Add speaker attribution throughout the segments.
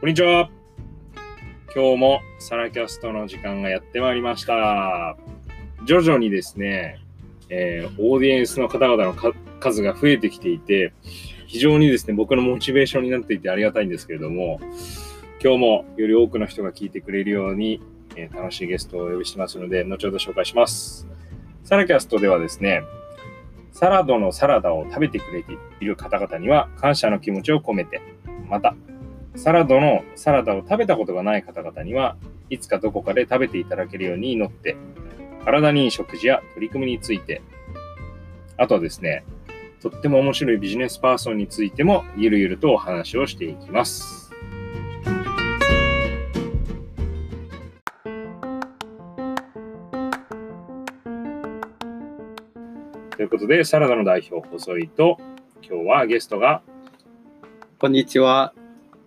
Speaker 1: こんにちは。今日もサラキャストの時間がやってまいりました。徐々にですね、えーオーディエンスの方々のか数が増えてきていて、非常にですね、僕のモチベーションになっていてありがたいんですけれども、今日もより多くの人が聞いてくれるように、えー楽しいゲストをお呼びしてますので、後ほど紹介します。サラキャストではですね、サラドのサラダを食べてくれている方々には感謝の気持ちを込めて、また、サラドのサラダを食べたことがない方々にはいつかどこかで食べていただけるように祈って体にいい食事や取り組みについてあとはですねとっても面白いビジネスパーソンについてもゆるゆるとお話をしていきますということでサラダの代表細井と今日はゲストが
Speaker 2: こんにちは。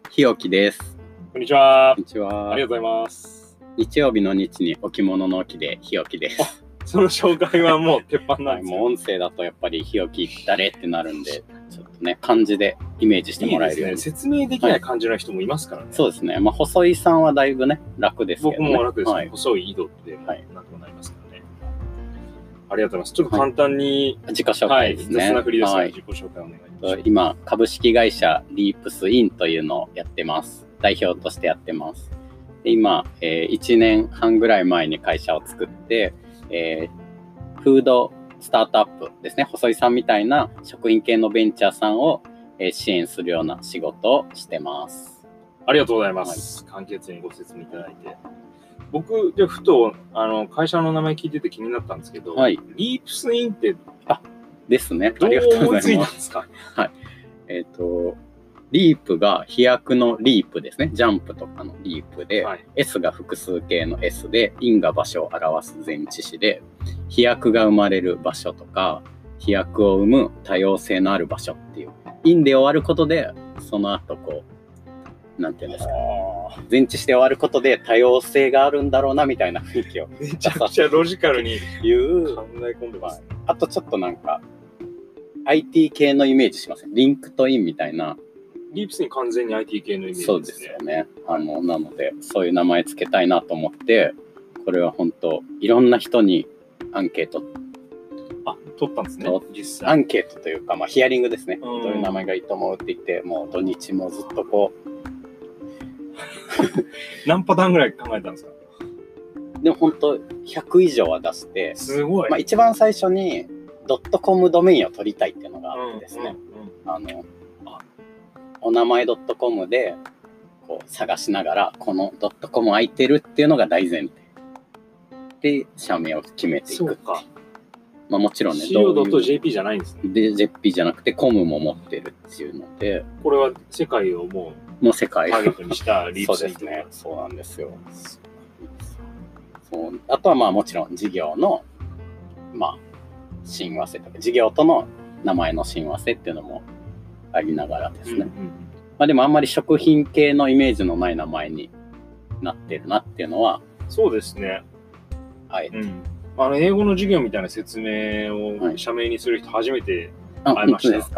Speaker 2: ひよきです。
Speaker 1: こんにちは
Speaker 2: こんにちは。
Speaker 1: ありがとうございます。
Speaker 2: 日曜日の日に置物の置でひよきです。
Speaker 1: その紹介はもう鉄板なんです
Speaker 2: もう
Speaker 1: よ。
Speaker 2: 音声だとやっぱりひよき誰ってなるんで、ちょっとね、漢字でイメージしてもらえるよう
Speaker 1: いい
Speaker 2: に。
Speaker 1: ですね。説明できない感じの人もいますからね。
Speaker 2: そうですね。まあ、細井さんはだいぶね、楽ですけど
Speaker 1: 僕
Speaker 2: ね。
Speaker 1: も楽です、ね
Speaker 2: はい。
Speaker 1: 細い井戸ってもう
Speaker 2: はい
Speaker 1: なんとかなりますからね。ありがとうございます。ちょっと簡単に、
Speaker 2: 自己紹
Speaker 1: は
Speaker 2: 介
Speaker 1: い、
Speaker 2: です
Speaker 1: 雑
Speaker 2: ね。
Speaker 1: な振りですの
Speaker 2: は
Speaker 1: で、
Speaker 2: い
Speaker 1: 自己紹介お願いし
Speaker 2: え
Speaker 1: ま
Speaker 2: っ
Speaker 1: す
Speaker 2: と。今、株式会社リープスインというのをやってます。代表としてやってます。で今、え1年半ぐらい前に会社を作って、えーフードスタートアップですね、細井さんみたいな食品系のベンチャーさんを、えー支援するような仕事をしてます。
Speaker 1: ありがとうございます。簡潔にご説明いただいて。僕、じゃあふとあの会社の名前聞いてて気になったんですけど、
Speaker 2: はい
Speaker 1: リープスインって
Speaker 2: ですね。
Speaker 1: ど
Speaker 2: ありがと
Speaker 1: う
Speaker 2: う
Speaker 1: 思
Speaker 2: ご
Speaker 1: い
Speaker 2: ざ
Speaker 1: つ
Speaker 2: い
Speaker 1: いた
Speaker 2: ま
Speaker 1: ん
Speaker 2: す。
Speaker 1: ですか
Speaker 2: えっ、と、リープが飛躍のリープですね。ジャンプとかのリープで、
Speaker 1: はい
Speaker 2: S が複数形の S で、因が場所を表す前置詞で、飛躍が生まれる場所とか、飛躍を生む多様性のある場所っていう、因で終わることで、その後こう、なんていうんですか、前置して終わることで多様性があるんだろうなみたいな雰囲気を
Speaker 1: めちゃくちゃロジカルに
Speaker 2: 言う、
Speaker 1: 考え込んでます。
Speaker 2: あとちょっとなんか、IT 系のイメージしません。リンクとインみたいな、
Speaker 1: リープスイン完全に IT 系のイメージです
Speaker 2: そ
Speaker 1: ね。
Speaker 2: うですよね。あの、なので、そういう名前つけたいなと思って、これは本当、いろんな人にアンケート、
Speaker 1: あ、取ったんですね
Speaker 2: と。
Speaker 1: 実際
Speaker 2: ア。ンケートというか、まあ、ヒアリングですね。ど
Speaker 1: うん
Speaker 2: ういう名前がいいと思うって言って、もう土日もずっとこ
Speaker 1: 何パターンぐらい考えたんですか
Speaker 2: う、でも本当、100以上は出して、
Speaker 1: すごい。
Speaker 2: まあ、一番最初に、ドットコムドメインを取りたいっていうのがあってですね、
Speaker 1: うんうんうん
Speaker 2: あの、お名前 .com で、こう、探しながら、この .com 空いてるっていうのが大前提。で、社名を決めてい
Speaker 1: そ
Speaker 2: く
Speaker 1: う。か。
Speaker 2: まあもちろんね、どういう
Speaker 1: CO.jp じゃないんですね。
Speaker 2: で、JP じゃなくて、コムも持ってるっていうので、
Speaker 1: これは世界をもう
Speaker 2: の世界
Speaker 1: ターゲットにしたリー
Speaker 2: そ
Speaker 1: プ
Speaker 2: う
Speaker 1: ス
Speaker 2: で
Speaker 1: イン
Speaker 2: す
Speaker 1: とか
Speaker 2: ね。そうなんですよ。そうあとはまあもちろん事業の、まあ、親和性とか、事業との名前の親和性っていうのもありながらです
Speaker 1: うん
Speaker 2: ね。
Speaker 1: うん
Speaker 2: まあでもあんまり食品系のイメージのない名前になってるなっていうのは、
Speaker 1: そうですね。
Speaker 2: あえて。
Speaker 1: うん。あの、英語の授業みたいな説明
Speaker 2: は
Speaker 1: を
Speaker 2: い
Speaker 1: 社名にする人初めて、
Speaker 2: あ、
Speaker 1: あり
Speaker 2: 本
Speaker 1: ました
Speaker 2: 当です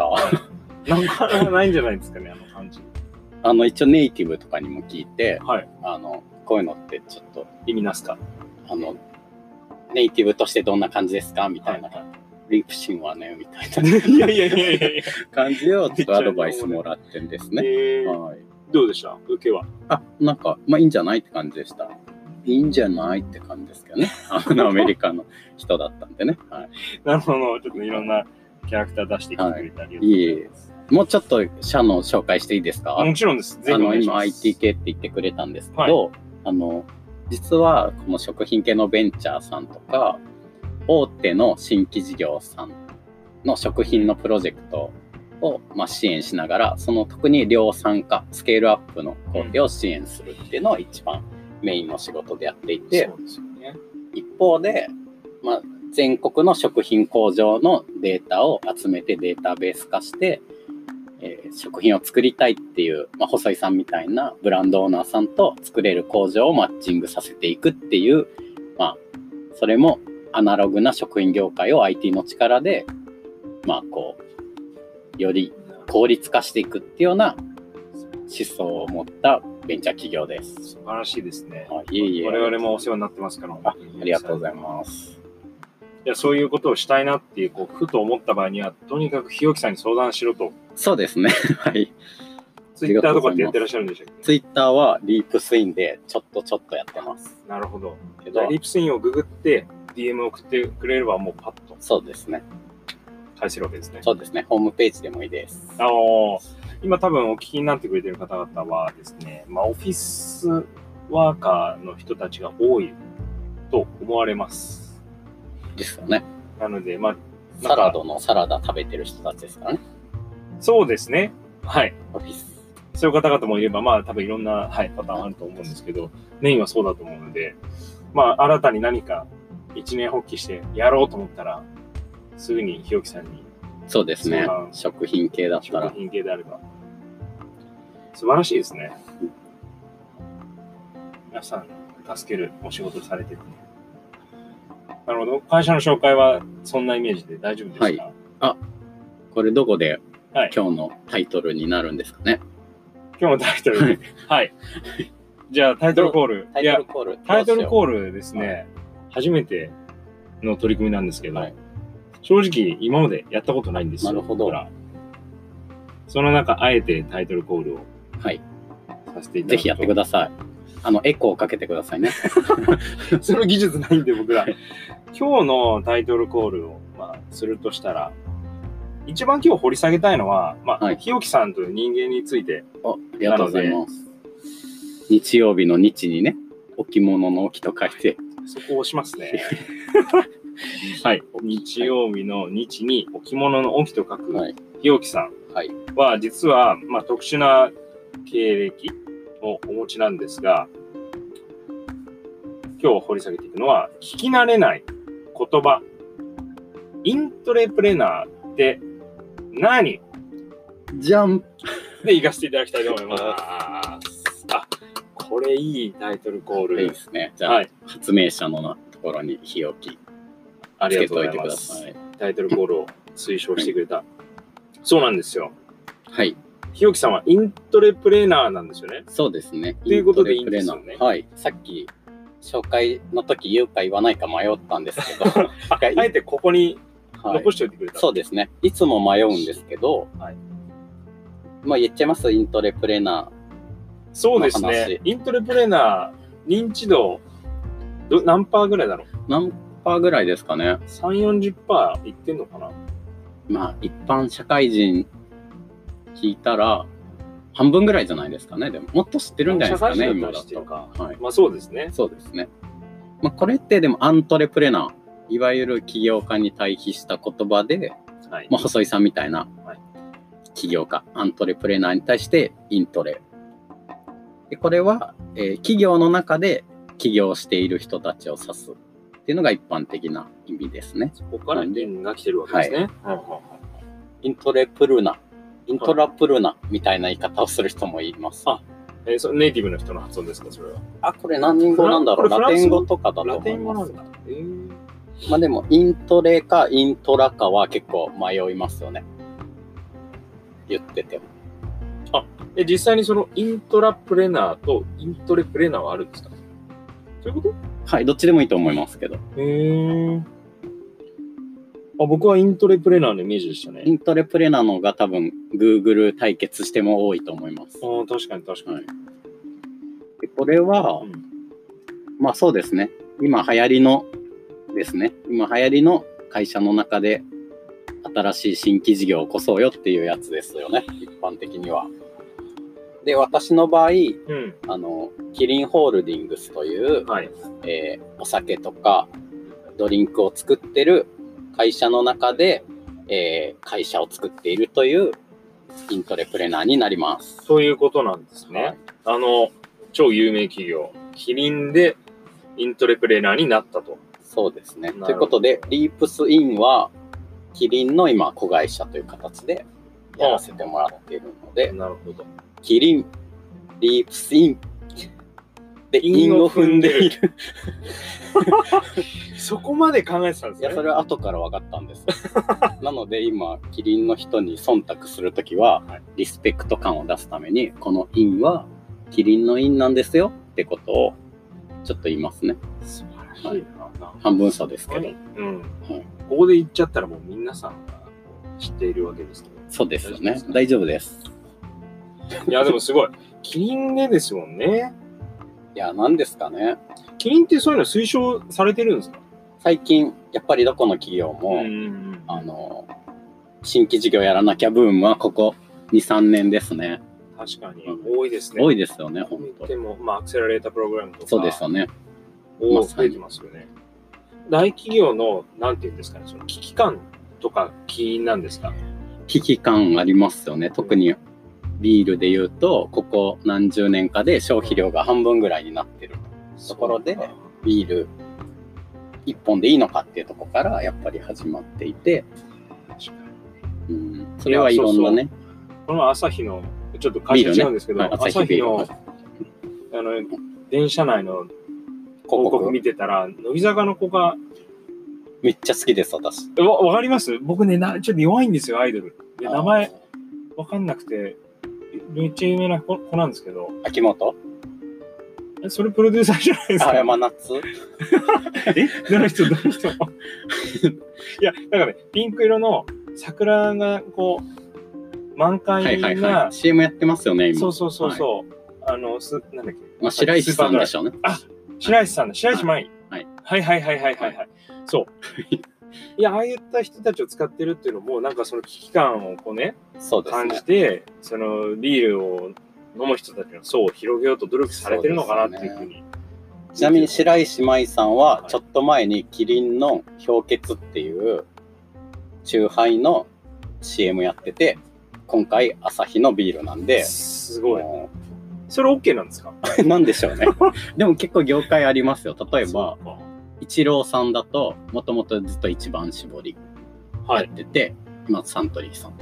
Speaker 2: か
Speaker 1: なんかないんじゃないですかね、あの感じ。
Speaker 2: あの、一応ネイティブとかにも聞いて、
Speaker 1: はい。
Speaker 2: あの、こういうのってちょっと、
Speaker 1: 意味なすか。
Speaker 2: あの、ネイティブとしてどんな感じですかみたいな、リプシンはね、みたいな
Speaker 1: いやいやいやいやいや。
Speaker 2: 感じをちょっとアドバイスもらってんです ね。
Speaker 1: えー
Speaker 2: はい。
Speaker 1: どうでした受けは。
Speaker 2: あ、なんか、まあいいんじゃないって感じでした。いいんじゃないって感じですけどね。あの、アメリカの人だったんでね。はい。
Speaker 1: なるほど。ちょっといろんなキャラクター出してきてくれてありがとうございます。
Speaker 2: もうちょっと社の紹介していいですか
Speaker 1: もちろんです。ぜ
Speaker 2: あ
Speaker 1: ひお
Speaker 2: の
Speaker 1: 願いし
Speaker 2: 今
Speaker 1: ます。
Speaker 2: IT 系って言ってくれたんですけど、あの実はこの食品系のベンチャーさんとか大手の新規事業さんの食品のプロジェクトを、まあ、支援しながらその特に量産化スケールアップの工程を支援するっていうのを一番メインの仕事でやっていて、
Speaker 1: そうですよね。
Speaker 2: 一方で、まあ、全国の食品工場のデータを集めてデータベース化して、えー食品を作りたいっていう、まあ、細井さんみたいなブランドオーナーさんと作れる工場をマッチングさせていくっていう、まあ、それもアナログな食品業界を IT の力で、まあ、こうより効率化していくっていうような思想を持ったベンチャー企業です。
Speaker 1: 素晴らしいですね。
Speaker 2: はい、いえいえ。
Speaker 1: 我々もお世話になってますから、
Speaker 2: あありがとうござい
Speaker 1: す。
Speaker 2: ます。
Speaker 1: いや、そういうことをしたいなっていう、こう、ふと思った場合には、とにかく日置さんに相談しろと、
Speaker 2: そうですね。 はい。
Speaker 1: ツイッターとかってやってらっしゃるんでしたっけ
Speaker 2: ツイッターはリープスインでちょっとちょっとやってます。
Speaker 1: なるほど。
Speaker 2: け
Speaker 1: じゃ
Speaker 2: ど
Speaker 1: あ、リップスインをググって、DM を送ってくれれば、もうパッと
Speaker 2: そうですね。
Speaker 1: 返せるわけですね。
Speaker 2: そうですね。ホームページでもいいです。
Speaker 1: あの今多分お聞きになってくれてる方々はですね、まあ、オフィスワーカーの人たちが多いと思われます。
Speaker 2: ですよね。
Speaker 1: なので、まあ、なんか
Speaker 2: サラドのサラダ食べてる人たちですからね。
Speaker 1: そうですね。はい。
Speaker 2: オフィス。
Speaker 1: そういう方々もいれば、まあ、多分いろんな、はい、パターンあると思うんですけど、メインはそうだと思うので、まあ、新たに何か一年発起してやろうと思ったら、すぐに日置さんに
Speaker 2: そうです
Speaker 1: そ
Speaker 2: ね
Speaker 1: うな。ん
Speaker 2: 食品系だった
Speaker 1: 食
Speaker 2: ら。
Speaker 1: 品系であれば。素晴らしいですね。皆さん、助けるお仕事されてるね。なるほど。会社の紹介はそんなイメージで大丈夫ですか、
Speaker 2: はいこれどこで
Speaker 1: はい
Speaker 2: 今日のタイトルになるんですかね。
Speaker 1: 今日のタイトル で。はい。じゃあ、タイトルコール。
Speaker 2: タ
Speaker 1: い
Speaker 2: イト
Speaker 1: や
Speaker 2: ル、コール。
Speaker 1: タイトルコ
Speaker 2: ー
Speaker 1: ールですね、
Speaker 2: は
Speaker 1: 初めての取り組みなんですけど、
Speaker 2: はい
Speaker 1: 正直今までやったことないんですよ。
Speaker 2: なるほど
Speaker 1: 僕らその中、あえてタイトルコールを
Speaker 2: はい。
Speaker 1: させていただくと
Speaker 2: ぜひやってください。あの、エコーをかけてくださいね。
Speaker 1: その技術ないんで僕ら。 今日のタイトルコールを、まあ、するとしたら、一番今日掘り下げたいのは、まあ、
Speaker 2: はい
Speaker 1: 日置さんという人間について、
Speaker 2: おありがとうございます。日曜日の日にね、置物の置きと書いて、
Speaker 1: そこを押します ね。はい。日曜日の日に置物の置きと書く
Speaker 2: はい
Speaker 1: 日置さ
Speaker 2: はい
Speaker 1: んは、実は、まあ、特殊な経歴をお持ちなんですが、今日掘り下げていくのは、聞き慣れない言葉、イントレプレナーって何
Speaker 2: じゃん
Speaker 1: で行かせていただきたいと思います。あ、これいいタイトルコー
Speaker 2: いい
Speaker 1: ル
Speaker 2: で。すね。じゃあ、
Speaker 1: はい。
Speaker 2: 発明者のところに日置き
Speaker 1: あり
Speaker 2: つ
Speaker 1: が
Speaker 2: け
Speaker 1: とうご
Speaker 2: と
Speaker 1: ざ
Speaker 2: いて
Speaker 1: い
Speaker 2: く
Speaker 1: ま
Speaker 2: だ
Speaker 1: す
Speaker 2: さ。い。
Speaker 1: タイトルコールを推奨してくれた。そうなんですよ。
Speaker 2: はい。
Speaker 1: 日置さんはイントレプレーナーなんですよね。
Speaker 2: そうですね。
Speaker 1: ということでいいんですよ
Speaker 2: の
Speaker 1: ね
Speaker 2: はい。さっき、紹介の時言うか言わないか迷ったんです けど、
Speaker 1: あ
Speaker 2: はい
Speaker 1: あえてここに
Speaker 2: はい
Speaker 1: 残しておいてくれた。
Speaker 2: そうですね。いつも迷うんですけど、
Speaker 1: はい
Speaker 2: まあ言っちゃいますイントレプレナ
Speaker 1: そうですね
Speaker 2: 話。
Speaker 1: イントレプレーナー、認知度、ど何パーぐらいだろう
Speaker 2: ー。何パーぐらいですかね。
Speaker 1: ?3、40%いってんのかな
Speaker 2: まあ一般社会人聞いたら、半分ぐらいじゃないですかね。でも、もっと知ってるんじゃないですかね、
Speaker 1: 社会人だ
Speaker 2: 今
Speaker 1: ったら
Speaker 2: だ
Speaker 1: 知ってるか
Speaker 2: と。はい。
Speaker 1: まあそうですね。
Speaker 2: そうですね。まあこれってでもアントレプレナー。いわゆる起業家に対比した言葉で、
Speaker 1: はい。
Speaker 2: まあ、細井さんみたいな
Speaker 1: はい
Speaker 2: 起業家、アントレプレナーに対してイントレ。でこれは、えー企業の中で起業している人たちを指すっていうのが一般的な意味ですね。
Speaker 1: ここからインが来てるわけですね。はいはいはい
Speaker 2: イントレプルナ、イントラプルナみたいな言い方をする人もいます。
Speaker 1: あえーそネイティブの人の発音ですか、それは。
Speaker 2: あこれ何語なんだろう
Speaker 1: フラン
Speaker 2: ラ
Speaker 1: これフラン
Speaker 2: テ
Speaker 1: ス
Speaker 2: ン
Speaker 1: 語
Speaker 2: 語とかだと
Speaker 1: ラ
Speaker 2: 思
Speaker 1: テ
Speaker 2: い
Speaker 1: ン語
Speaker 2: ま
Speaker 1: なん
Speaker 2: す。
Speaker 1: だ。えー
Speaker 2: まあでも、イントレかイントラかは結構迷いますよね。言ってても。
Speaker 1: え、実際にそのイントラプレナーとイントレプレナーはあるんですかそういうこと
Speaker 2: はい、どっちでもいいと思いますけど。
Speaker 1: へえ。あ、僕はイントレプレナーのイメージでしたね。
Speaker 2: イントレプレナのが多分 Google 対決しても多いと思います。
Speaker 1: ああ、確かに確かに。
Speaker 2: でこれは
Speaker 1: う、ん
Speaker 2: まあそうですね。今流行りのですね。今流行りの会社の中で新しい新規事業を起こそうよっていうやつですよね。一般的には。で、私の場合、
Speaker 1: うん。
Speaker 2: あの、キリンホールディングスという、
Speaker 1: はい。
Speaker 2: えーお酒とかドリンクを作ってる会社の中で、えー会社を作っているというイントレプレナーになります。
Speaker 1: そういうことなんですね。
Speaker 2: はい
Speaker 1: あの、超有名企業、キリンでイントレプレナーになったと。
Speaker 2: そうです
Speaker 1: な
Speaker 2: ね。
Speaker 1: るほど
Speaker 2: ということで、リープスインはキリンの今子会社という形でやらせてもらっているので、
Speaker 1: なるほど。
Speaker 2: キリン、リープスインで、インを踏んでいる。
Speaker 1: そこまで考えてたんです
Speaker 2: い
Speaker 1: ね。
Speaker 2: や、それは後から分かったん です。なので今、キリンの人に忖度するときは
Speaker 1: はい、
Speaker 2: リスペクト感を出すために、このインはキリンの院なんですよってことをちょっと言いますね。
Speaker 1: 素晴らし
Speaker 2: はい
Speaker 1: いな。
Speaker 2: 半分差ですけど。
Speaker 1: うん。
Speaker 2: はい
Speaker 1: ここで言っちゃったらもう皆さんが知っているわけですけど。
Speaker 2: そうですよね
Speaker 1: 大丈夫です。か
Speaker 2: 大丈夫です。
Speaker 1: いや、でもすごい。キリンでですもんね。
Speaker 2: いや、何ですかね。
Speaker 1: キリンってそういうの推奨されてるんですか
Speaker 2: 最近、やっぱりどこの企業も、
Speaker 1: ん
Speaker 2: あの、新規事業やらなきゃブームはここ2、3年ですね。
Speaker 1: 確かに
Speaker 2: う
Speaker 1: 多いですね。
Speaker 2: 多
Speaker 1: い
Speaker 2: いですよね、本当
Speaker 1: でも、まあ、アクセラレータープログラムとか、
Speaker 2: そうですよね。
Speaker 1: 多
Speaker 2: ま
Speaker 1: く
Speaker 2: さ
Speaker 1: 増
Speaker 2: に
Speaker 1: えてますよね。大企業の、なんていうんですかね、その危機感とか起因なんですか
Speaker 2: 危機感ありますよね。特にビールで言うと、ここ何十年かで消費量が半分ぐらいになってる。ところで
Speaker 1: そうか
Speaker 2: ビール1本でいいのかっていうところからやっぱり始まっていて、
Speaker 1: 確かに
Speaker 2: うん、それはいろんなね、
Speaker 1: この朝日の、ちょっと会社違うんですけど、
Speaker 2: はい
Speaker 1: 朝日の、
Speaker 2: 広
Speaker 1: あの、電車内の広告
Speaker 2: 告
Speaker 1: 見てたら、乃木坂の子が、
Speaker 2: めっちゃ好きです、私。
Speaker 1: えわわかります僕ねな、ちょっと弱いんですよ、アイドル。で名
Speaker 2: あ
Speaker 1: 前
Speaker 2: ー
Speaker 1: わかんなくて、めっちゃ有名な子子なんですけど、
Speaker 2: 秋元
Speaker 1: えそれプロデューサーじゃないです
Speaker 2: あ、
Speaker 1: か。
Speaker 2: 山夏
Speaker 1: えどの人どの人いや、だからね、ピンク色の桜がこう、満開な、
Speaker 2: はいはいはい。CM やってますよね、今。
Speaker 1: そうそうそうそう、あの、すなんだっけ、
Speaker 2: まあ、白石さんでし
Speaker 1: ょ。
Speaker 2: ょうね。
Speaker 1: 白石さんだ、白石舞。
Speaker 2: はい
Speaker 1: はいはいはいはいはいはい。 そう。いや、ああいった人たちを使ってるっていうのも、なんかその危機感をこうね、
Speaker 2: そうです
Speaker 1: 感じ
Speaker 2: ね。
Speaker 1: て、そのビールを飲む人たちの層を広げようと努力されてるのかなっていうふうに。
Speaker 2: ちなみに白石麻衣さんは
Speaker 1: は、い
Speaker 2: ちょっと前にキリンの氷結っていう、チューハイの CM やってて、今回、朝日のビールなんで、
Speaker 1: すごい。
Speaker 2: も
Speaker 1: それ OK なんですか
Speaker 2: う なんでしょうね。でも結構業界ありますよ。例えば、
Speaker 1: そう
Speaker 2: イチローさんだと、もともとずっと一番搾り
Speaker 1: かは
Speaker 2: やっ
Speaker 1: い。
Speaker 2: てて、今サントリーさん。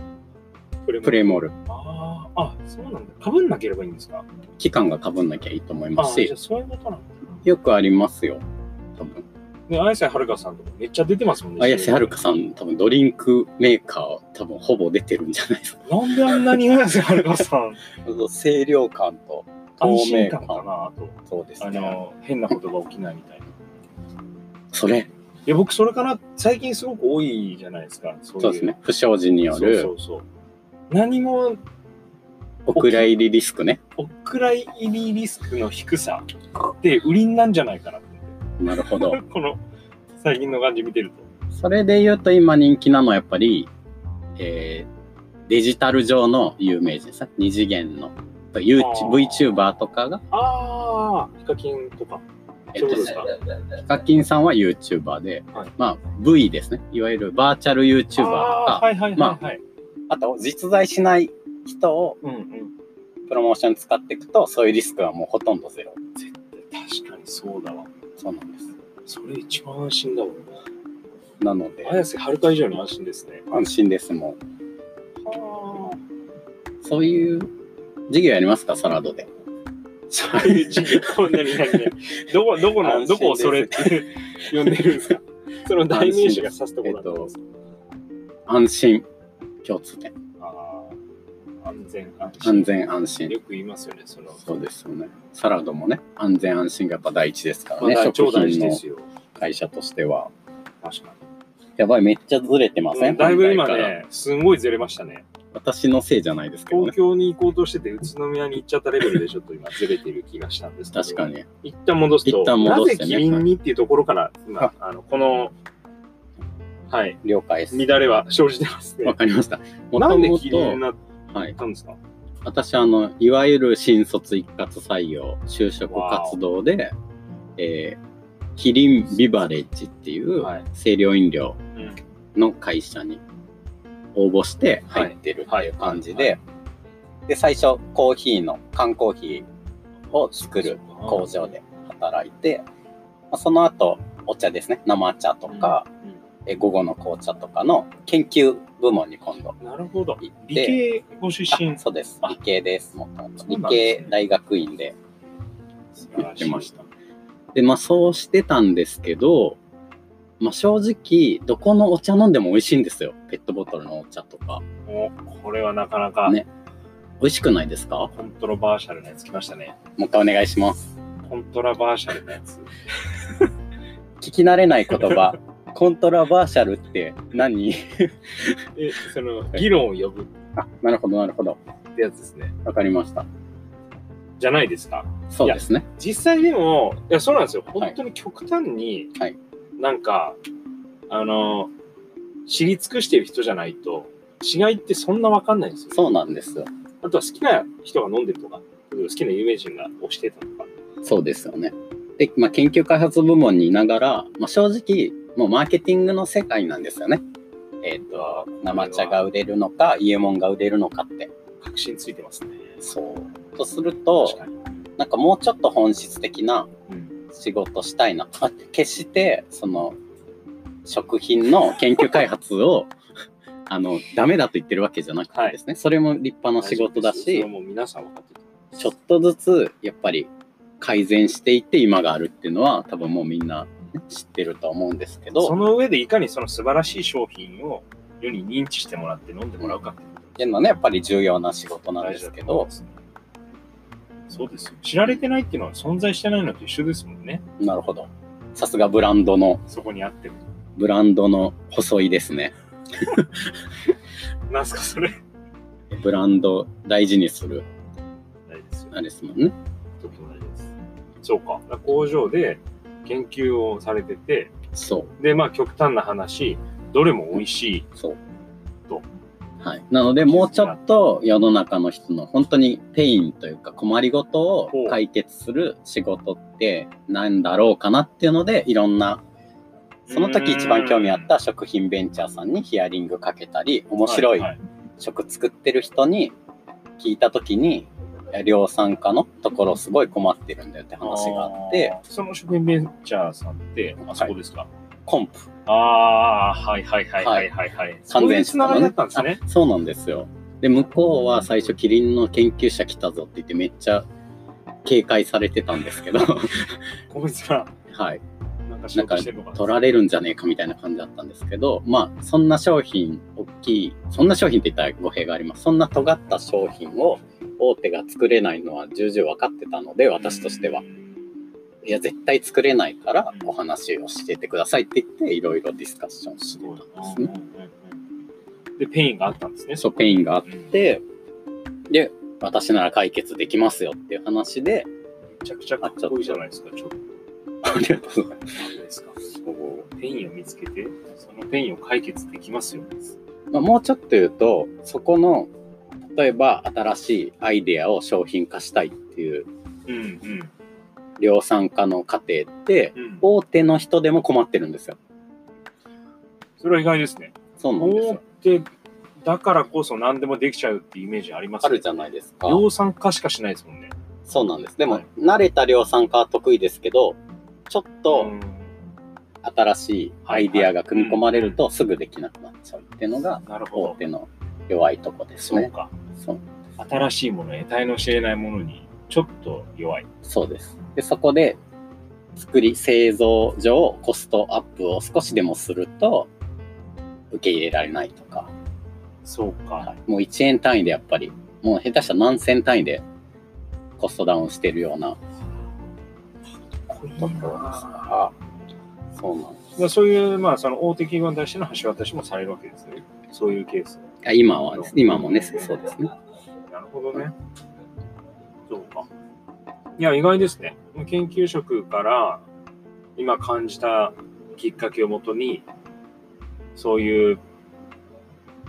Speaker 1: プレ
Speaker 2: プレイモール。
Speaker 1: あーあ、そうなんだ。かぶんなければいいんですか
Speaker 2: 期間がかぶんなきゃいいと思い
Speaker 1: あ
Speaker 2: ま
Speaker 1: あ
Speaker 2: す
Speaker 1: ー、じゃ
Speaker 2: し
Speaker 1: あ、そういうことなんだ。
Speaker 2: よくありますよ。多分。
Speaker 1: ね、綾瀬はるかさんとかめっちゃ出てますもんね。
Speaker 2: 綾瀬はるか
Speaker 1: さ
Speaker 2: さん、多分ドリンクメーカー、多分ほぼ出てるんじゃないですか。
Speaker 1: ん。なんであんなに綾瀬はるかさ ん、
Speaker 2: 清涼感と
Speaker 1: 安
Speaker 2: 透
Speaker 1: 心
Speaker 2: 明
Speaker 1: 感
Speaker 2: 感。
Speaker 1: かなあと。
Speaker 2: そうです
Speaker 1: あ
Speaker 2: ね。
Speaker 1: の、変なことが起きないみたいな。い
Speaker 2: それ、
Speaker 1: や、僕、それかな、最近すごく多いじゃないですか。そい
Speaker 2: そうですね。。不祥事によ
Speaker 1: そうそ
Speaker 2: る
Speaker 1: うそう。何も
Speaker 2: お蔵入りリスクね。
Speaker 1: お蔵入りリスクの低さって売りになんじゃないかなって
Speaker 2: なる ほど。
Speaker 1: 思ってこの最近の感じ見てると。
Speaker 2: それで言うと今人気なのはやっぱり、えーデジタル上の有名人ですね。二次元の。YouTube
Speaker 1: あー
Speaker 2: VTuber とかが、
Speaker 1: ああ、ヒカキンとか。
Speaker 2: えっ
Speaker 1: そ
Speaker 2: と
Speaker 1: ういうこと
Speaker 2: ね
Speaker 1: ですか。
Speaker 2: ヒカキンさんは YouTuber で、
Speaker 1: はい
Speaker 2: まあ V ですね。いわゆるバーチャル YouTuber と
Speaker 1: ああ、、
Speaker 2: か
Speaker 1: はいはい
Speaker 2: ま
Speaker 1: はい、はい
Speaker 2: あと実在しない人を
Speaker 1: うんうん。
Speaker 2: プロモーションに使っていくとそういうリスクはもうほとんどゼロ
Speaker 1: 確かにそうだわ。
Speaker 2: そうなんです
Speaker 1: それ一番安心だわ。
Speaker 2: なので
Speaker 1: 綾瀬はるか以上に安心ですね。
Speaker 2: 安心ですも
Speaker 1: はあ。
Speaker 2: うそういう事業やりますかサラドで
Speaker 1: そういう時期、こんなに何ね。どこ、どこの、
Speaker 2: 安心です
Speaker 1: どこをそれって呼んでるんですかその代名詞が指すところだったんですか、
Speaker 2: 安心共通点
Speaker 1: ああ、安全、安心。
Speaker 2: 安全安心
Speaker 1: よく言いますよね、その。
Speaker 2: そうですよねサラドもね安全安心がやっぱ第一ですからね、
Speaker 1: まあ
Speaker 2: 食
Speaker 1: 超大
Speaker 2: 品
Speaker 1: 事で
Speaker 2: の
Speaker 1: すよ。
Speaker 2: 会社としては
Speaker 1: 確か
Speaker 2: やばいめっちゃずれてま
Speaker 1: に。
Speaker 2: せん、
Speaker 1: だいぶ今
Speaker 2: 本題から
Speaker 1: ね、すんごいずれましたね。
Speaker 2: 私のせいじゃないですけど
Speaker 1: 東
Speaker 2: ね
Speaker 1: 京に行こうとしてて、宇都宮に行っちゃったレベルでちょっと今ずれてる気がしたんですけど。
Speaker 2: 確かに
Speaker 1: 一旦戻すと、
Speaker 2: 一旦戻してね
Speaker 1: なぜキリンにっていうところから、今
Speaker 2: は、
Speaker 1: あの、この、はい、
Speaker 2: 了解です
Speaker 1: 乱れは生じてますね
Speaker 2: わ。かりましたも
Speaker 1: な
Speaker 2: と
Speaker 1: んで
Speaker 2: も
Speaker 1: キリンに
Speaker 2: と
Speaker 1: なっ
Speaker 2: はい
Speaker 1: たんですか
Speaker 2: 私あのいわゆる新卒一括採用就職活動で、えーキリンビバレッジっていう
Speaker 1: はい
Speaker 2: 清涼飲料
Speaker 1: うん
Speaker 2: の会社に応募して入ってるっていう感じで、で最初コーヒーの缶コーヒーを作る工場で働いて、まあその後お茶ですね生茶とか、え午後の紅茶とかの研究部門に今度
Speaker 1: うんなるほど。
Speaker 2: 行って
Speaker 1: 理系ご出身
Speaker 2: あ。そうです
Speaker 1: あ
Speaker 2: 理系ですもともと
Speaker 1: そう
Speaker 2: 理
Speaker 1: なんですね
Speaker 2: 系大学院で
Speaker 1: 素。
Speaker 2: 行ってましたたでまあそうしてたんですけど、まあ、正直どこのお茶飲んでも美味しいんですよペットボトルのお茶とか
Speaker 1: おこれはなかなか
Speaker 2: ね美味しくないですかも
Speaker 1: コントロバーシャルなやつ来ましたね。
Speaker 2: う一回お願いします。
Speaker 1: コントラバーシャルなやつ。
Speaker 2: 聞き慣れない 言葉、コントラバーシャルって何
Speaker 1: え、その、議論を呼ぶ
Speaker 2: あ、なるほど、なるほど。
Speaker 1: ってやつですね。
Speaker 2: わかりました。
Speaker 1: じゃないですか。
Speaker 2: そうですね。
Speaker 1: 実際でも、いや、そうなんですよ。本当に極端に、
Speaker 2: はい
Speaker 1: なんか、あの、知り尽くしてる人じゃないと、違いってそんなわかんないんですよ。
Speaker 2: そうなんですよ。
Speaker 1: あとは好きな人が飲んでるとか、好きな有名人が推してたとか。
Speaker 2: そうですよね。で、まあ、研究開発部門にいながら、まあ、正直、もうマーケティングの世界なんですよね。えっ、と、生茶が売れるのか、イエモンが売れるのかって。
Speaker 1: 確信ついてますね。
Speaker 2: そう。とすると
Speaker 1: 確、かに。
Speaker 2: なんかもうちょっと本質的な
Speaker 1: うん
Speaker 2: 仕事したいな。 あ決して、その、食品の研究開発 を、あの、ダメだと言ってるわけじゃなくてですね、それも立派な仕事だ
Speaker 1: それ
Speaker 2: し
Speaker 1: は、もう皆さん分かってる
Speaker 2: ちょっとずつ、やっぱり改善していって今があるっていうのは、多分もうみんなね知ってると思うんですけ
Speaker 1: そ
Speaker 2: ど、
Speaker 1: の上でいかにその素晴らしい商品を世に認知してもらって飲んでもらうかっていう
Speaker 2: っていうのはね、やっぱり重要な仕事
Speaker 1: の
Speaker 2: な
Speaker 1: が
Speaker 2: ん
Speaker 1: 大
Speaker 2: で
Speaker 1: 事だと
Speaker 2: すけ
Speaker 1: 思い
Speaker 2: ど
Speaker 1: ま、すねそうですよ。知られてないっていうのは存在してないのと一緒ですもんね。
Speaker 2: なるほど。さすがブランドの、
Speaker 1: そこにあってる。
Speaker 2: ブランドの細いですね。
Speaker 1: なんすかそれ。
Speaker 2: ブランド大事にする、
Speaker 1: ないですよ。
Speaker 2: あれですもんね。
Speaker 1: とても大事です。そうか。だから工場で研究をされてて、
Speaker 2: そう。
Speaker 1: で、まあ極端な話、どれも美味しい。
Speaker 2: そう
Speaker 1: と。
Speaker 2: はい、なのでもうちょっと世の中の人の本当にペインというか困りごとを
Speaker 1: ほう
Speaker 2: 解決する仕事ってなんだろうかなっていうのでいろんなその時一番興味あった食品ベンチャーさんにヒアリングかけたり面白い
Speaker 1: はは
Speaker 2: 食作ってる人に聞いた時にいや量産化のところすごい困ってるんだよって話があって
Speaker 1: あーその食品ベンチャーさんって、あそこですか、
Speaker 2: コンプ
Speaker 1: ああー、はいはいはいはいはいはい。そういうつながりだったんですね。
Speaker 2: あそうなんですよ。で、向こうは最初、キリンの研究者来たぞって言って、めっちゃ警戒されてたんで すけど、
Speaker 1: こいつら、
Speaker 2: はい、
Speaker 1: なんか仕事してるのかな。
Speaker 2: 取られるんじゃねえかみたいな感じだったんですけど、まあ、そんな商品、大きい、そんな商品って言ったら語弊があります。そんな尖った商品を大手が作れないのは重々分かってたので、私としては。いや、絶対作れないから、お話をしててくださいって言って、いろいろディスカッション
Speaker 1: す
Speaker 2: して
Speaker 1: ごい
Speaker 2: たんです
Speaker 1: な。
Speaker 2: ね。
Speaker 1: で、ペインがあったんですね。
Speaker 2: そう、ペインがあっ
Speaker 1: うん
Speaker 2: て、で、私なら解決できますよっていう話で、
Speaker 1: めちゃくちゃかっこいいじゃないですか、ちょっと。
Speaker 2: ありがとうございま
Speaker 1: あれですか。ペインを見つけて、そのペインを解決できますよ。
Speaker 2: す。まあ、もうちょっと言うと、そこの、例えば新しいアイデアを商品化したいっていう
Speaker 1: うんうん
Speaker 2: 量産化の過程って、
Speaker 1: うん。
Speaker 2: 大手の人でも困ってるんですよ。
Speaker 1: それは意外ですね。
Speaker 2: そうなんです
Speaker 1: 大
Speaker 2: よ。
Speaker 1: 手だからこそ何でもできちゃうってイメージあります
Speaker 2: あ
Speaker 1: けど
Speaker 2: るじゃないですか。
Speaker 1: 量産化しかしないですもんね。
Speaker 2: そうなんです。でも、
Speaker 1: はい
Speaker 2: 慣れた量産化は得意ですけど、ちょっと
Speaker 1: ん
Speaker 2: 新しいアイデアが組み込まれるとすぐできなくなっちゃうっていうのが、
Speaker 1: なる
Speaker 2: 大
Speaker 1: ほど。
Speaker 2: 手の弱いとこです
Speaker 1: そう
Speaker 2: ね。
Speaker 1: か。
Speaker 2: そう
Speaker 1: 新しいもの、得体の知れないものにちょっと弱い。
Speaker 2: そうです。で、そこで作り、製造上コストアップを少しでもすると受け入れられないとか、
Speaker 1: そうか。
Speaker 2: はいもう1円単位でやっぱり、もう下手したら何千単位でコストダウンしてるような
Speaker 1: こいい
Speaker 2: ところですから、そうなんです
Speaker 1: まあ、そういう、まあ、その大手企業に対しての橋渡しもされるわけですね。そういうケース。
Speaker 2: あ。今はです、今もね、そうですね。
Speaker 1: なるほどね。そうか。いや、意外ですね。研究職から今感じたきっかけをもとに、そういう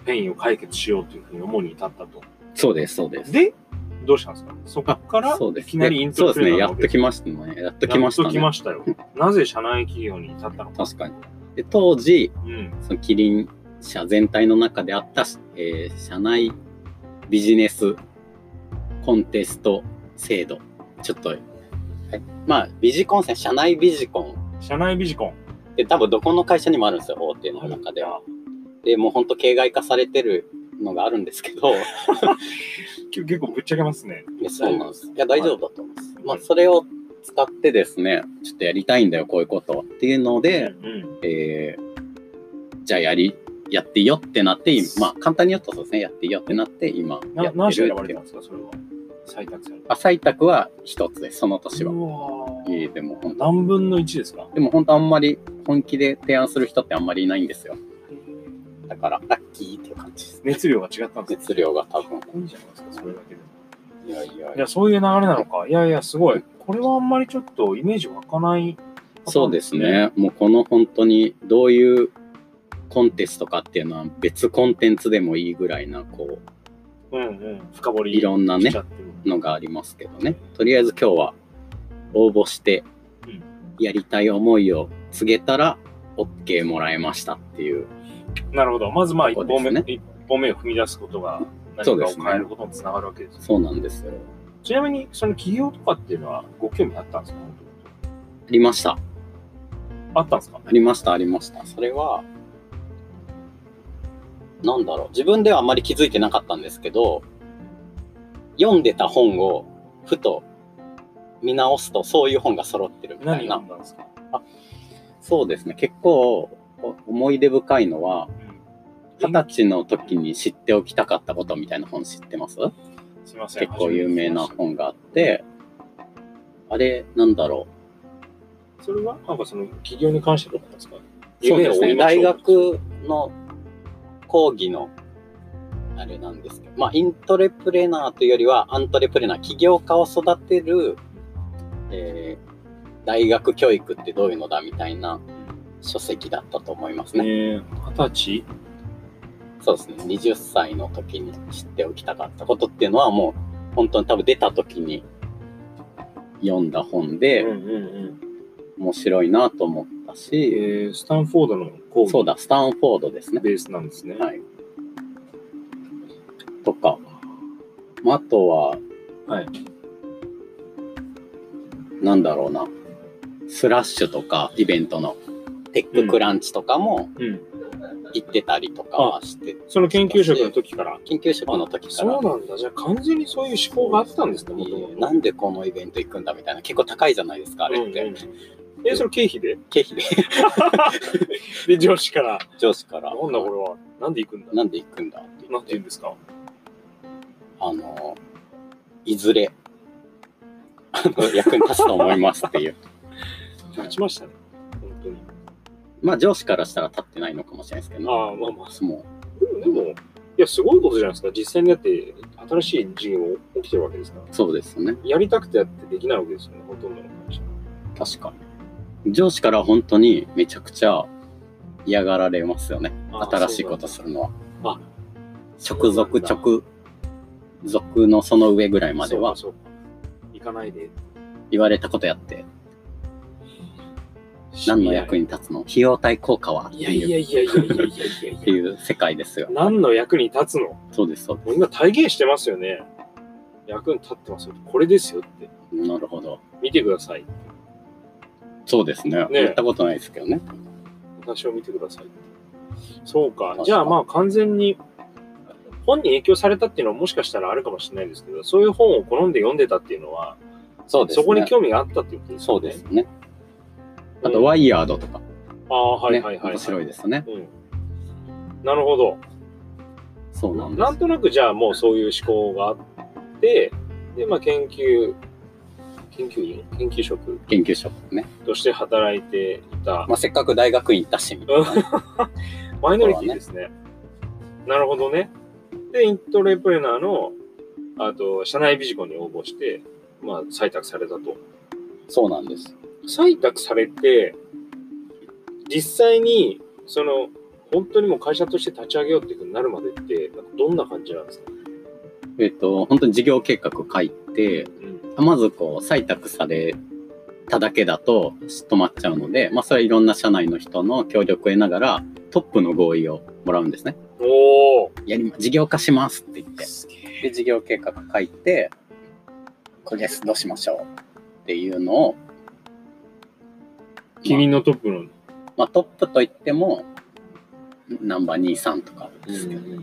Speaker 1: ペインを解決しようというふうに思いに至ったと。
Speaker 2: そうです、そうです。
Speaker 1: で、どうしたんですかそこから
Speaker 2: そうで
Speaker 1: い
Speaker 2: す
Speaker 1: きなりイント
Speaker 2: そ
Speaker 1: ロ
Speaker 2: うですね、やっと
Speaker 1: と
Speaker 2: きましたね。やっときました
Speaker 1: やっときま
Speaker 2: ね。
Speaker 1: したよ。なぜ社内企業に至ったのか。
Speaker 2: 確かに。で、当時、
Speaker 1: うん。
Speaker 2: そのキリン社全体の中であった、えー社内ビジネスコンテスト制度。ちょっと、はい、まあ、ビジコンですね社内ビジコン
Speaker 1: 社内ビジコン。
Speaker 2: って多分どこの会社にもあるんですよ、大手の中では。で、もう本当形骸化されてるのがあるんですけ ど、
Speaker 1: 結結構ぶっちゃけますね。
Speaker 2: いやそうなんです。いや、大丈夫だと思います。
Speaker 1: はい
Speaker 2: まあ、それを使ってですね、ちょっとやりたいんだよ、こういうことっていうので、
Speaker 1: うん。
Speaker 2: えーじゃあやりやっていいよってなって、まあ、簡単に言うとそうですね、やっていいよってなって、今や
Speaker 1: な
Speaker 2: っ
Speaker 1: 何
Speaker 2: て
Speaker 1: 社
Speaker 2: る
Speaker 1: 選ば
Speaker 2: っ
Speaker 1: れ
Speaker 2: て
Speaker 1: て
Speaker 2: いう
Speaker 1: たんですか、それは。採択され
Speaker 2: あ、採択は一つです、その年
Speaker 1: た。
Speaker 2: は。
Speaker 1: うわ
Speaker 2: え
Speaker 1: ー
Speaker 2: ーでも、本当
Speaker 1: 何分の1ですか
Speaker 2: でも本当あんまり本気で提案する人ってあんまりいないんですよ。だから、ラッキーっていう感じですね。
Speaker 1: 熱量が違ったんです
Speaker 2: 熱量が多分。
Speaker 1: いいじゃないですか、それだけで。
Speaker 2: いやいや
Speaker 1: いや、そういう流れなのか。いやいや、すごい。これはあんまりちょっとイメージ湧かない。
Speaker 2: そうです。ね。もうこの本当にどういうコンテストかっていうのは別コンテンツでもいいぐらいな、こ
Speaker 1: うんうん。深掘
Speaker 2: う、
Speaker 1: り。
Speaker 2: いろんなね
Speaker 1: しち、ゃってる
Speaker 2: のがありますけどね。とりあえず今日は応募して
Speaker 1: うん
Speaker 2: やりたい思いを告げたら OK もらえましたっていう。
Speaker 1: なるほど。まずまあ一
Speaker 2: そう
Speaker 1: 歩
Speaker 2: です
Speaker 1: 目、
Speaker 2: ね
Speaker 1: 一歩目を踏み出すことが何
Speaker 2: そう
Speaker 1: か
Speaker 2: で
Speaker 1: を
Speaker 2: すね
Speaker 1: 変えることにつながるわけですね。
Speaker 2: そうなんですよ。
Speaker 1: ちなみに、その企業とかっていうのはご興味あったんですか本
Speaker 2: ありました。
Speaker 1: 当にあったんですか
Speaker 2: ありました、ありました。それは、なんだろう。自分ではあまり気づいてなかったんですけど、読んでた本を、ふと見直すと、そういう本が揃ってるみた
Speaker 1: 何
Speaker 2: い
Speaker 1: があ
Speaker 2: な
Speaker 1: っ。たんですか
Speaker 2: そうですね。結構、お思い出深いのは、二十歳の時に知っておきたかったことみたいな本知ってます
Speaker 1: すいません。
Speaker 2: 結構有名な本があって、あれ、なんだろう。
Speaker 1: それはなんかその企業に関してとかなんですか
Speaker 2: そうです
Speaker 1: 夢
Speaker 2: ね。
Speaker 1: を追
Speaker 2: 大
Speaker 1: いましょ
Speaker 2: 学の講義の、あれなんですけど、まあ、イントレプレナーというよりは、アントレプレナー、起業家を育てる、えー大学教育ってどういうのだみたいな書籍だったと思いますね。
Speaker 1: えー二十歳
Speaker 2: そうですね。20歳の時に知っておきたかったことっていうのは、もう、本当に多分出た時に読んだ本で、
Speaker 1: んうん。
Speaker 2: 面白いなと思った
Speaker 1: え
Speaker 2: し、
Speaker 1: ースタンフォードの講義
Speaker 2: そうだ、スタンフォードですね。
Speaker 1: ベースなんですね。
Speaker 2: はい。とか、まあ、あとは、
Speaker 1: はい
Speaker 2: なんだろうな、スラッシュとか、イベントの、テッククランチとかも
Speaker 1: うん。
Speaker 2: 行ってたりとかはして、
Speaker 1: その研究職の時から。
Speaker 2: 研究職の時か
Speaker 1: そ
Speaker 2: ら
Speaker 1: う、なんだ。じゃあ完全にそういう思考があったんですね、もとも
Speaker 2: えー
Speaker 1: と。
Speaker 2: なんでこのイベント行くんだみたいな、結構高いじゃないですか、あれって。
Speaker 1: うんうんえ、それ経費で
Speaker 2: 経費で
Speaker 1: で、上司から、
Speaker 2: 上司から、
Speaker 1: なんだこれは、なんで行くんだ
Speaker 2: なんで行くんだって
Speaker 1: な
Speaker 2: 言
Speaker 1: ん言う
Speaker 2: ってて
Speaker 1: ん、ですか
Speaker 2: あの、いずれ、あの役に立つと思いますっ ていう。
Speaker 1: 立ちましたね。本当に。
Speaker 2: まあ上司からしたら立ってないのかもしれないですけど、
Speaker 1: ああ、まあまあ。
Speaker 2: も
Speaker 1: でも、でもいや、すごいことじゃないですか。実際にだって、新しい事業も起きてるわけですから。
Speaker 2: うそうですね
Speaker 1: やりたくてやってできないわけですよね、ほとんどの会社。
Speaker 2: 確かに上司からは本当にめちゃくちゃ嫌がられますよね
Speaker 1: あ
Speaker 2: 新しいことするのは
Speaker 1: あ
Speaker 2: 直属直属のその上ぐらいまでは
Speaker 1: そうかそうか行かないで。
Speaker 2: 言われたことやって何の役に立つの費用対効果はって
Speaker 1: いやい
Speaker 2: いう
Speaker 1: やいやいやいやいやいや
Speaker 2: っ
Speaker 1: い
Speaker 2: て
Speaker 1: や。
Speaker 2: いう世界ですよ
Speaker 1: 何の役に立つの
Speaker 2: そうですそう
Speaker 1: もう今体現してますよね。役に立ってますよ。これですよって。
Speaker 2: ですなるほど
Speaker 1: 見てください。
Speaker 2: そうですね
Speaker 1: ね
Speaker 2: やったことないですけどね
Speaker 1: 私を見てください。そうか
Speaker 2: 確。か
Speaker 1: じゃあまあ完全に本に影響されたっていうのはもしかしたらあるかもしれないですけど、そういう本を好んで読んでたっていうのは、
Speaker 2: そうですね
Speaker 1: そこに興味があったっていうことです
Speaker 2: そ
Speaker 1: よ
Speaker 2: うで
Speaker 1: ね。
Speaker 2: すねあ
Speaker 1: う
Speaker 2: と
Speaker 1: ん
Speaker 2: ワイヤードとか
Speaker 1: ああ、はい
Speaker 2: ね
Speaker 1: はいはい、はい
Speaker 2: 面白いですね
Speaker 1: うん。なるほど。
Speaker 2: そうなんです
Speaker 1: なんとなくじゃあもうそういう思考があって、で、まあ研究、研究員研究職
Speaker 2: 研究職ね、
Speaker 1: として働いていた、
Speaker 2: まあ、せっかく大学院行ったしみたいなね、
Speaker 1: マイノリティですね。なるほどね。で、イントレプレナーの、あと、社内ビジコンに応募して、まあ、採択されたと。
Speaker 2: そうなんです
Speaker 1: 採択されて、実際に、その、本当にもう会社として立ち上げようっていうふうになるまでって、なんかどんな感じなんですか
Speaker 2: えっと本当に事業計画書いて
Speaker 1: うん。
Speaker 2: まずこう採択されただけだと止まっちゃうので、まあ、それはいろんな社内の人の協力を得ながらトップの合意をもらうんですね
Speaker 1: おー
Speaker 2: やりま事業化しますって言って
Speaker 1: すげえ。
Speaker 2: で事業計画書いてこれですどうしましょうっていうのを、
Speaker 1: 君のトップの。
Speaker 2: まあ、トップといってもナンバー23とかですけど、ま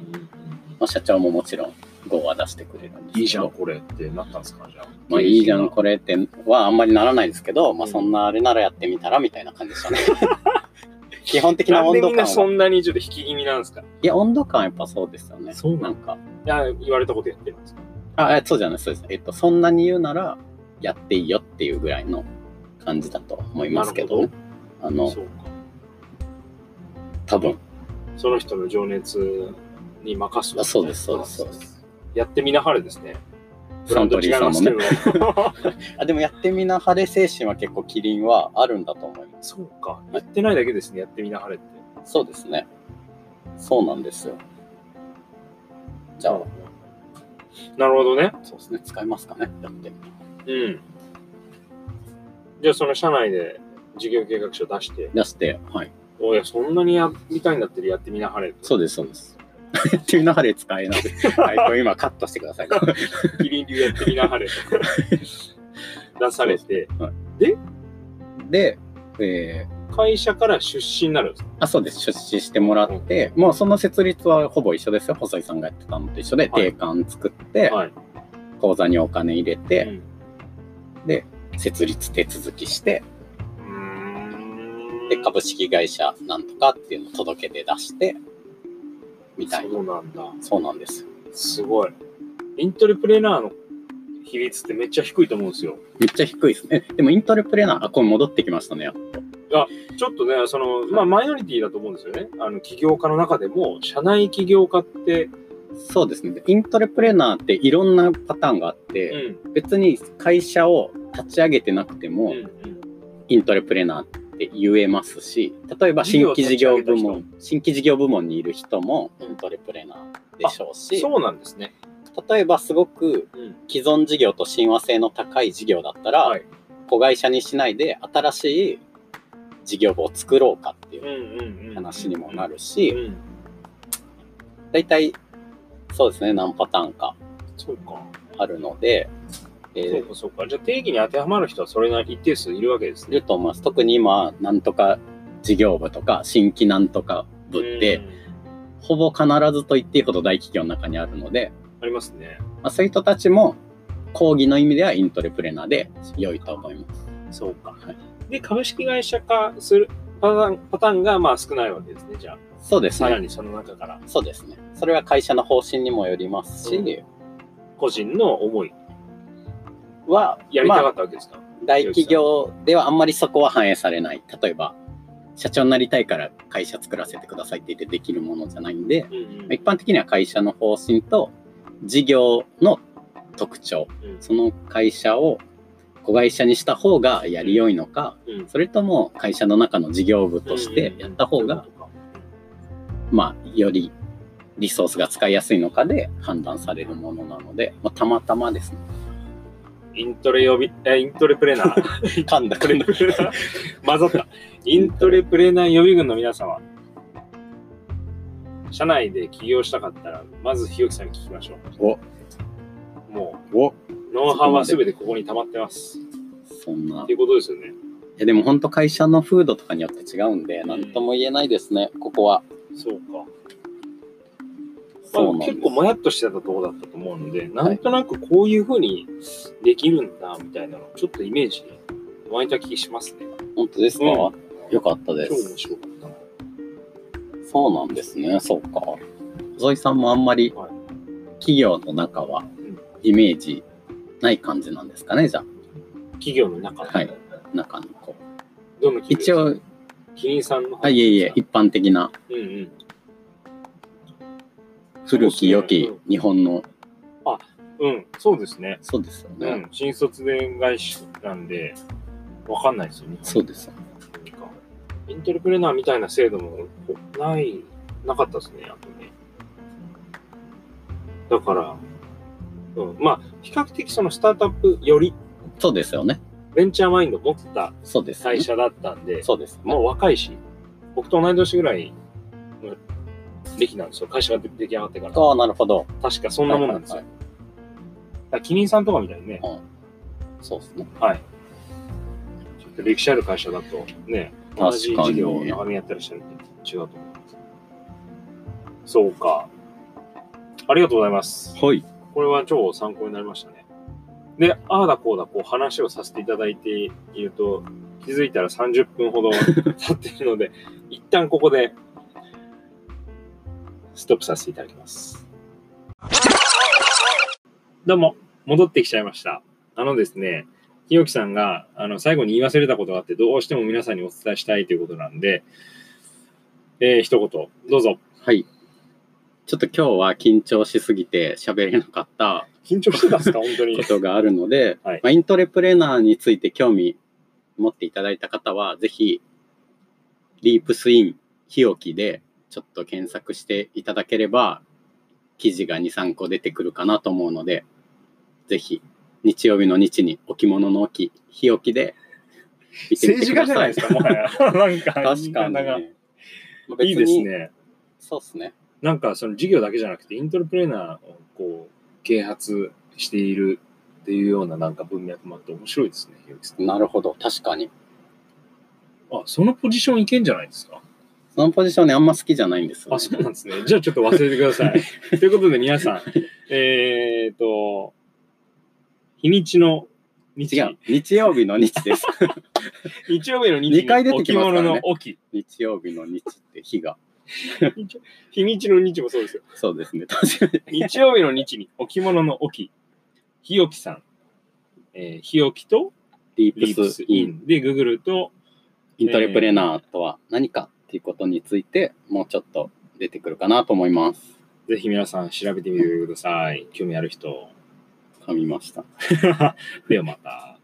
Speaker 2: あ、社長ももちろん GO は出してくれるんですけど
Speaker 1: いいじゃん、これってなったんですか、じゃあ。
Speaker 2: まあいいじゃん、こ れってはあんまりならないですけど、まあそんなあれならやってみたらみたいな感じでしたね。基本的な
Speaker 1: なん
Speaker 2: 温
Speaker 1: で
Speaker 2: 度
Speaker 1: みん
Speaker 2: 感
Speaker 1: なそ
Speaker 2: は。
Speaker 1: んなにちょっと引き気味なんですかい
Speaker 2: いや、温度感はやっぱそうですよね。
Speaker 1: そうな
Speaker 2: な
Speaker 1: の
Speaker 2: んか。
Speaker 1: や言われたことやってるんですか
Speaker 2: あ、えそうじゃない、そうです。えっと、そんなに言うなら、やっていいよっていうぐらいの感じだと思いますけど、
Speaker 1: なる
Speaker 2: あの、
Speaker 1: そうか
Speaker 2: 多分、
Speaker 1: その人の情熱に任す
Speaker 2: あそうですそうですそうです
Speaker 1: やってみなはれですねブ
Speaker 2: サ
Speaker 1: ラ
Speaker 2: ン
Speaker 1: ン
Speaker 2: ト
Speaker 1: ド
Speaker 2: リ
Speaker 1: 違い
Speaker 2: ーさん
Speaker 1: ま
Speaker 2: も
Speaker 1: すけ
Speaker 2: ね
Speaker 1: ど。
Speaker 2: あ、でもやってみな晴れ精神は結構キリンはあるんだと思いま
Speaker 1: そうかやってないだけですねやってみなはれって
Speaker 2: す。そうですね。そうなんですよ。じゃあ、
Speaker 1: なるほどね
Speaker 2: そうですね、使いますかね、やってみな。
Speaker 1: うんじゃあその社内で事業計画書出して
Speaker 2: 出して、はい。
Speaker 1: おいやそんなにやりたいんだったらやってみなはれ
Speaker 2: そうです、そうです。 やってみな晴れ使 えない。はい、これ今カットしてください。
Speaker 1: キリン流やってみなはれ出されて
Speaker 2: で、えー、
Speaker 1: 会社から出資になるんですか
Speaker 2: あそうです出資してもらって、もうその設立はほぼ一緒ですよ細井さんがやってたのと一緒で、
Speaker 1: はい
Speaker 2: 定款作って、
Speaker 1: はい、
Speaker 2: 口座にお金入れ
Speaker 1: う
Speaker 2: て、
Speaker 1: ん
Speaker 2: 設立手続きして
Speaker 1: うー
Speaker 2: で
Speaker 1: ん
Speaker 2: 株式会社なんとかっていうのを届け出出してみたいな
Speaker 1: そうなんだ
Speaker 2: そうなんですよ
Speaker 1: すごいイントレプレナーの比率ってめっちゃ低いと思うんですよ
Speaker 2: めっちゃ低いですねでもイントレプレナーあこれ戻ってきましたね
Speaker 1: ちょっとねそのまあマイノリティだと思うんですよねあの起業家の中でも社内起業家って、
Speaker 2: そうですねでイントレプレナーっていろんなパターンがあって、別に会社を立ち上げてなくても、
Speaker 1: うんうん
Speaker 2: イントレプレナーって言えますし例えば新規事業部門新規事業部門にいる人もイントレプレナーでしょうし
Speaker 1: そうなんですね、
Speaker 2: 例えばすごく
Speaker 1: うん
Speaker 2: 既存事業と親和性の高い事業だったら、
Speaker 1: はい
Speaker 2: 子会社にしないで新しい事業部を作ろうかっていううん
Speaker 1: うんうん、
Speaker 2: 話にもな
Speaker 1: る
Speaker 2: るし
Speaker 1: うん、
Speaker 2: 大体そうですね何パターンか
Speaker 1: そうか、
Speaker 2: あるので、えー
Speaker 1: そうかそうかじゃあ定義に当てはまる人はそれなり一定数いるわけです
Speaker 2: い
Speaker 1: ね
Speaker 2: ると思います特に今なんとか事業部とか新規なんとか部って、
Speaker 1: うん
Speaker 2: ほぼ必ずと言っていいほど大企業の中にあるので、
Speaker 1: ありますね
Speaker 2: まあ、そういう人たちも講義の意味ではイントレプレナーで良いと思います。
Speaker 1: そうか、
Speaker 2: はい
Speaker 1: で株式会社化するパターンパターンがまあ少ないわけですねじゃあ
Speaker 2: そうです
Speaker 1: さら
Speaker 2: ね。
Speaker 1: にその中から
Speaker 2: そうですね。それは会社の方針にもよりますし、
Speaker 1: 個人の思い
Speaker 2: は、
Speaker 1: やりた
Speaker 2: ま
Speaker 1: か
Speaker 2: あ
Speaker 1: ったわけですか、
Speaker 2: 大企業ではあんまりそこは反映されない。例えば、社長になりたいから会社作らせてくださいって言ってできるものじゃないんで、
Speaker 1: うんうん
Speaker 2: 一般的には会社の方針と事業の特徴、
Speaker 1: うん
Speaker 2: その会社を子会社にした方がやりよいのか、
Speaker 1: うん
Speaker 2: それとも会社の中の事業部としてやった方が、まあ、よりリソースが使いやすいのかで判断されるものなので、まあ、たまたまですね。
Speaker 1: イントレ呼びえイントレプレナー
Speaker 2: 噛んだ
Speaker 1: トレプレ ナー混ざったイントレプレナー予備軍の皆様社内で起業したかったらまず日置さんに聞きましょ
Speaker 2: お
Speaker 1: うも
Speaker 2: お
Speaker 1: うノウハウは全てここに溜まってます
Speaker 2: そんな
Speaker 1: って。いうことですよね
Speaker 2: えでも本当会社の風土とかによって違うんで、なんとも言えないですね、ここは。
Speaker 1: そうか
Speaker 2: そうなん
Speaker 1: ま
Speaker 2: で
Speaker 1: あ、
Speaker 2: す
Speaker 1: 結構もやっとしてたところだったと思うので、なんとなくこういうふうにできるんだみたいなの、ちょっとイメージ湧いた気しますね。
Speaker 2: 本当ですか、
Speaker 1: う
Speaker 2: よかったで
Speaker 1: 超
Speaker 2: す
Speaker 1: 面。白かったな。
Speaker 2: そうなんですね、そうか。細井さんもあんまり
Speaker 1: はい
Speaker 2: 企業の中はイメージない感じなんですかね、じゃ
Speaker 1: 企業の中で、
Speaker 2: はいあ、中にこう。
Speaker 1: どの企業
Speaker 2: 一、応、
Speaker 1: キリンさんの話
Speaker 2: あいえいえ、
Speaker 1: です
Speaker 2: 一般的な
Speaker 1: かうんうん。
Speaker 2: 古き良き日本の、
Speaker 1: うん、そうですね。
Speaker 2: そうですよ
Speaker 1: う
Speaker 2: ね。
Speaker 1: ん、新卒で外資なんで、わかんないですよね。
Speaker 2: そうですよね。
Speaker 1: なんかイントレプレナーみたいな制度もない、なかったですね、あとね。だから、うん、まあ、比較的そのスタートアップより、
Speaker 2: そうですよね。
Speaker 1: ベンチャーマインド持った
Speaker 2: そうですよね
Speaker 1: 会社だったんで、
Speaker 2: そうですね。
Speaker 1: もう若いし、僕と同い年ぐらいの歴なんですよ、会社が出来上がってから。
Speaker 2: ああ、なるほど。
Speaker 1: 確かそんなもんなんですよ。
Speaker 2: はい
Speaker 1: だからキリンさんとかみたいにね、
Speaker 2: はいはいうんそうですね。
Speaker 1: はい。ちょっと歴史ある会社だとね、
Speaker 2: 確かに
Speaker 1: 同じ事業を長年やってらっしゃるんで違うと思います。そうか。ありがとうございます。
Speaker 2: はい。
Speaker 1: これは超参考になりましたね。で、ああだこうだこう話をさせていただいていると気気づいたら30分ほど経ってるので、 一旦ここでストップさせていただきます。どうも、戻ってきちゃいました。あのですね、日置さんがあの最後に言い忘れたことがあって、どうしても皆さんにお伝えしたいということなんで、えー一言、どうぞ。
Speaker 2: はい。ちょっと今日は緊張しすぎて喋れなかった
Speaker 1: 緊張してたんですか、本当に
Speaker 2: こ。とがあるので、
Speaker 1: はい
Speaker 2: まあ、イントレプレーナーについて興味持っていただいた方は、ぜひ、リープスイン、日置で、ちょっと検索していただければ、記事が2、3個出てくるかなと思うので、ぜひ、日曜日の日に置物の置き、日置で見てみ
Speaker 1: 政治家
Speaker 2: てくだ
Speaker 1: じゃな
Speaker 2: さ
Speaker 1: い
Speaker 2: い。
Speaker 1: ですか、もはや。 なんか、
Speaker 2: 確かに、
Speaker 1: 言い方が
Speaker 2: ね。まあ別に
Speaker 1: いいです。ね。
Speaker 2: そうですね。
Speaker 1: なんか、その事業だけじゃなくて、イントレプレーナーをこう、啓発しているっていうようななんか文脈もあって面白いですね、ひろきさん。
Speaker 2: なるほど。確かに。
Speaker 1: あ、そのポジションいけんじゃないですか。
Speaker 2: そのポジションね、あんま好きじゃないんですよ、ね。
Speaker 1: あ、そうなんですね。じゃあちょっと忘れてくださ い。ということで皆さん、えーと、日にちの日
Speaker 2: 違う。日曜日の日です。
Speaker 1: 日曜日の日
Speaker 2: 二回出てきますから
Speaker 1: 置
Speaker 2: ね
Speaker 1: 物の置
Speaker 2: 日曜日の日って日が。
Speaker 1: き。日にちの日もそうですよ。
Speaker 2: そうですね。確かに。
Speaker 1: 日曜日の日に置物の置き。日置さん。えー、日置と
Speaker 2: リ
Speaker 1: リ
Speaker 2: ー
Speaker 1: ープ
Speaker 2: プ
Speaker 1: ス
Speaker 2: ス
Speaker 1: イ
Speaker 2: イン、
Speaker 1: ン。で、ググると、
Speaker 2: イントレプレナーとは何かっていうことについて、もうちょっと出てくるかなと思います。
Speaker 1: ぜひ皆さん調べてみてください。興味ある人。
Speaker 2: 噛みました。
Speaker 1: ではまた。